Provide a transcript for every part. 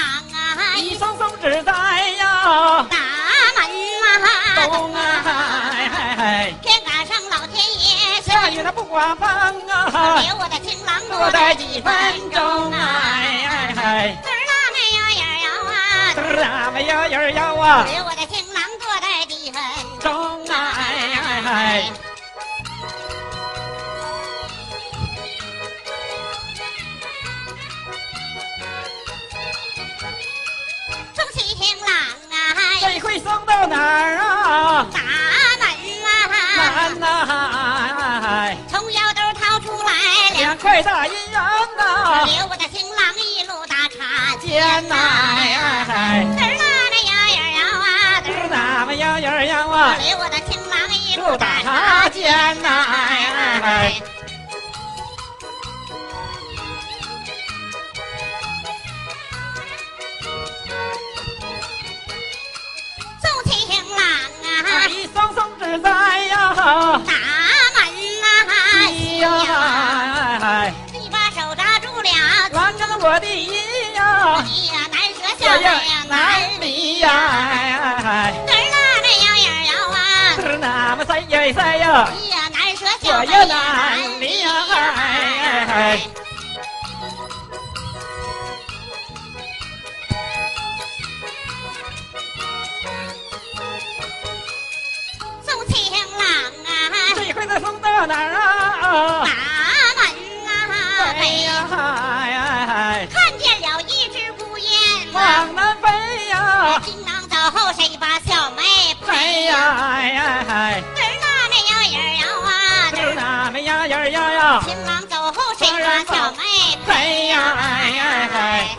啊老天爷是哎下雨了不刮风啊，给我的亲忙多多待待几几分分钟钟啊，啊！哎哎哎，嘚儿啦没呀眼儿摇啊，嘚啊没有人要啊，给我的亲忙多待几分钟中啊！啊，哎哎哎，众情郎啊，这会送到哪儿啊？打门啊，难呐，哎，从腰兜掏出来两两块大银元呐，给我的情郎一路打叉天呐，哎哎哎，嘚儿啦那呀呀呀啊，嘚嘚儿啊没有人要啊，给我的情郎一不路打打哈叉欠呐，哎哎哎，众情郎啊，一双双之灾呀，打门啊，一呀，呀，哎哎。一把手抓住了完成我第一呀，你呀，难舍这小妹样呀，难难离呀，哎哎哎，嘚儿啦那呀呀呀啊，是那么三呀三呀，你呀，难舍小妹我呀呀，难难离离呀呀，，哎哎哎，送情郎啊，这回子送到哪儿啊打？门啊，哎呀，哎哎哎，看见了一只孤雁啊，往南飞呀，金囊走后谁把小妹飞陪呀，呀？哎哎哎，嘚儿啦那呀呀呀啊，嘚是儿啦那么呀呀呀呀，新郎走后，谁把小妹飞呀，哎哎哎哎，，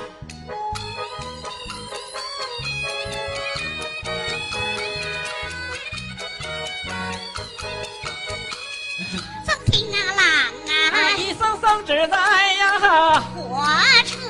正听啊郎啊，一声声只在呀，火车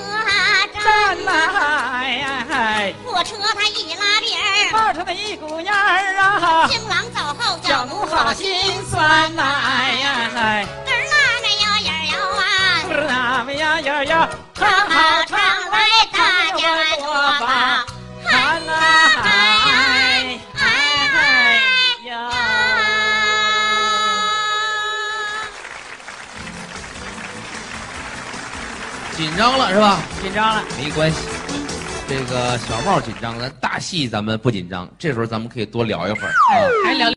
站站呐，哎哎哎。火车它一拉边儿，冒出的一股烟儿啊，新郎走后，小奴好心酸呐、哎呀嗨，嘚儿啦那摇呀摇啊，是啊，哎呀呀呀，唱唱好好唱唱来来大大家家来来多多吧吧，喊呐、哎哎哎呀！紧张了是吧？紧张了，没关系，这个小帽紧张，咱大戏咱们不紧张，这时候咱们可以多聊一会儿啊。还聊。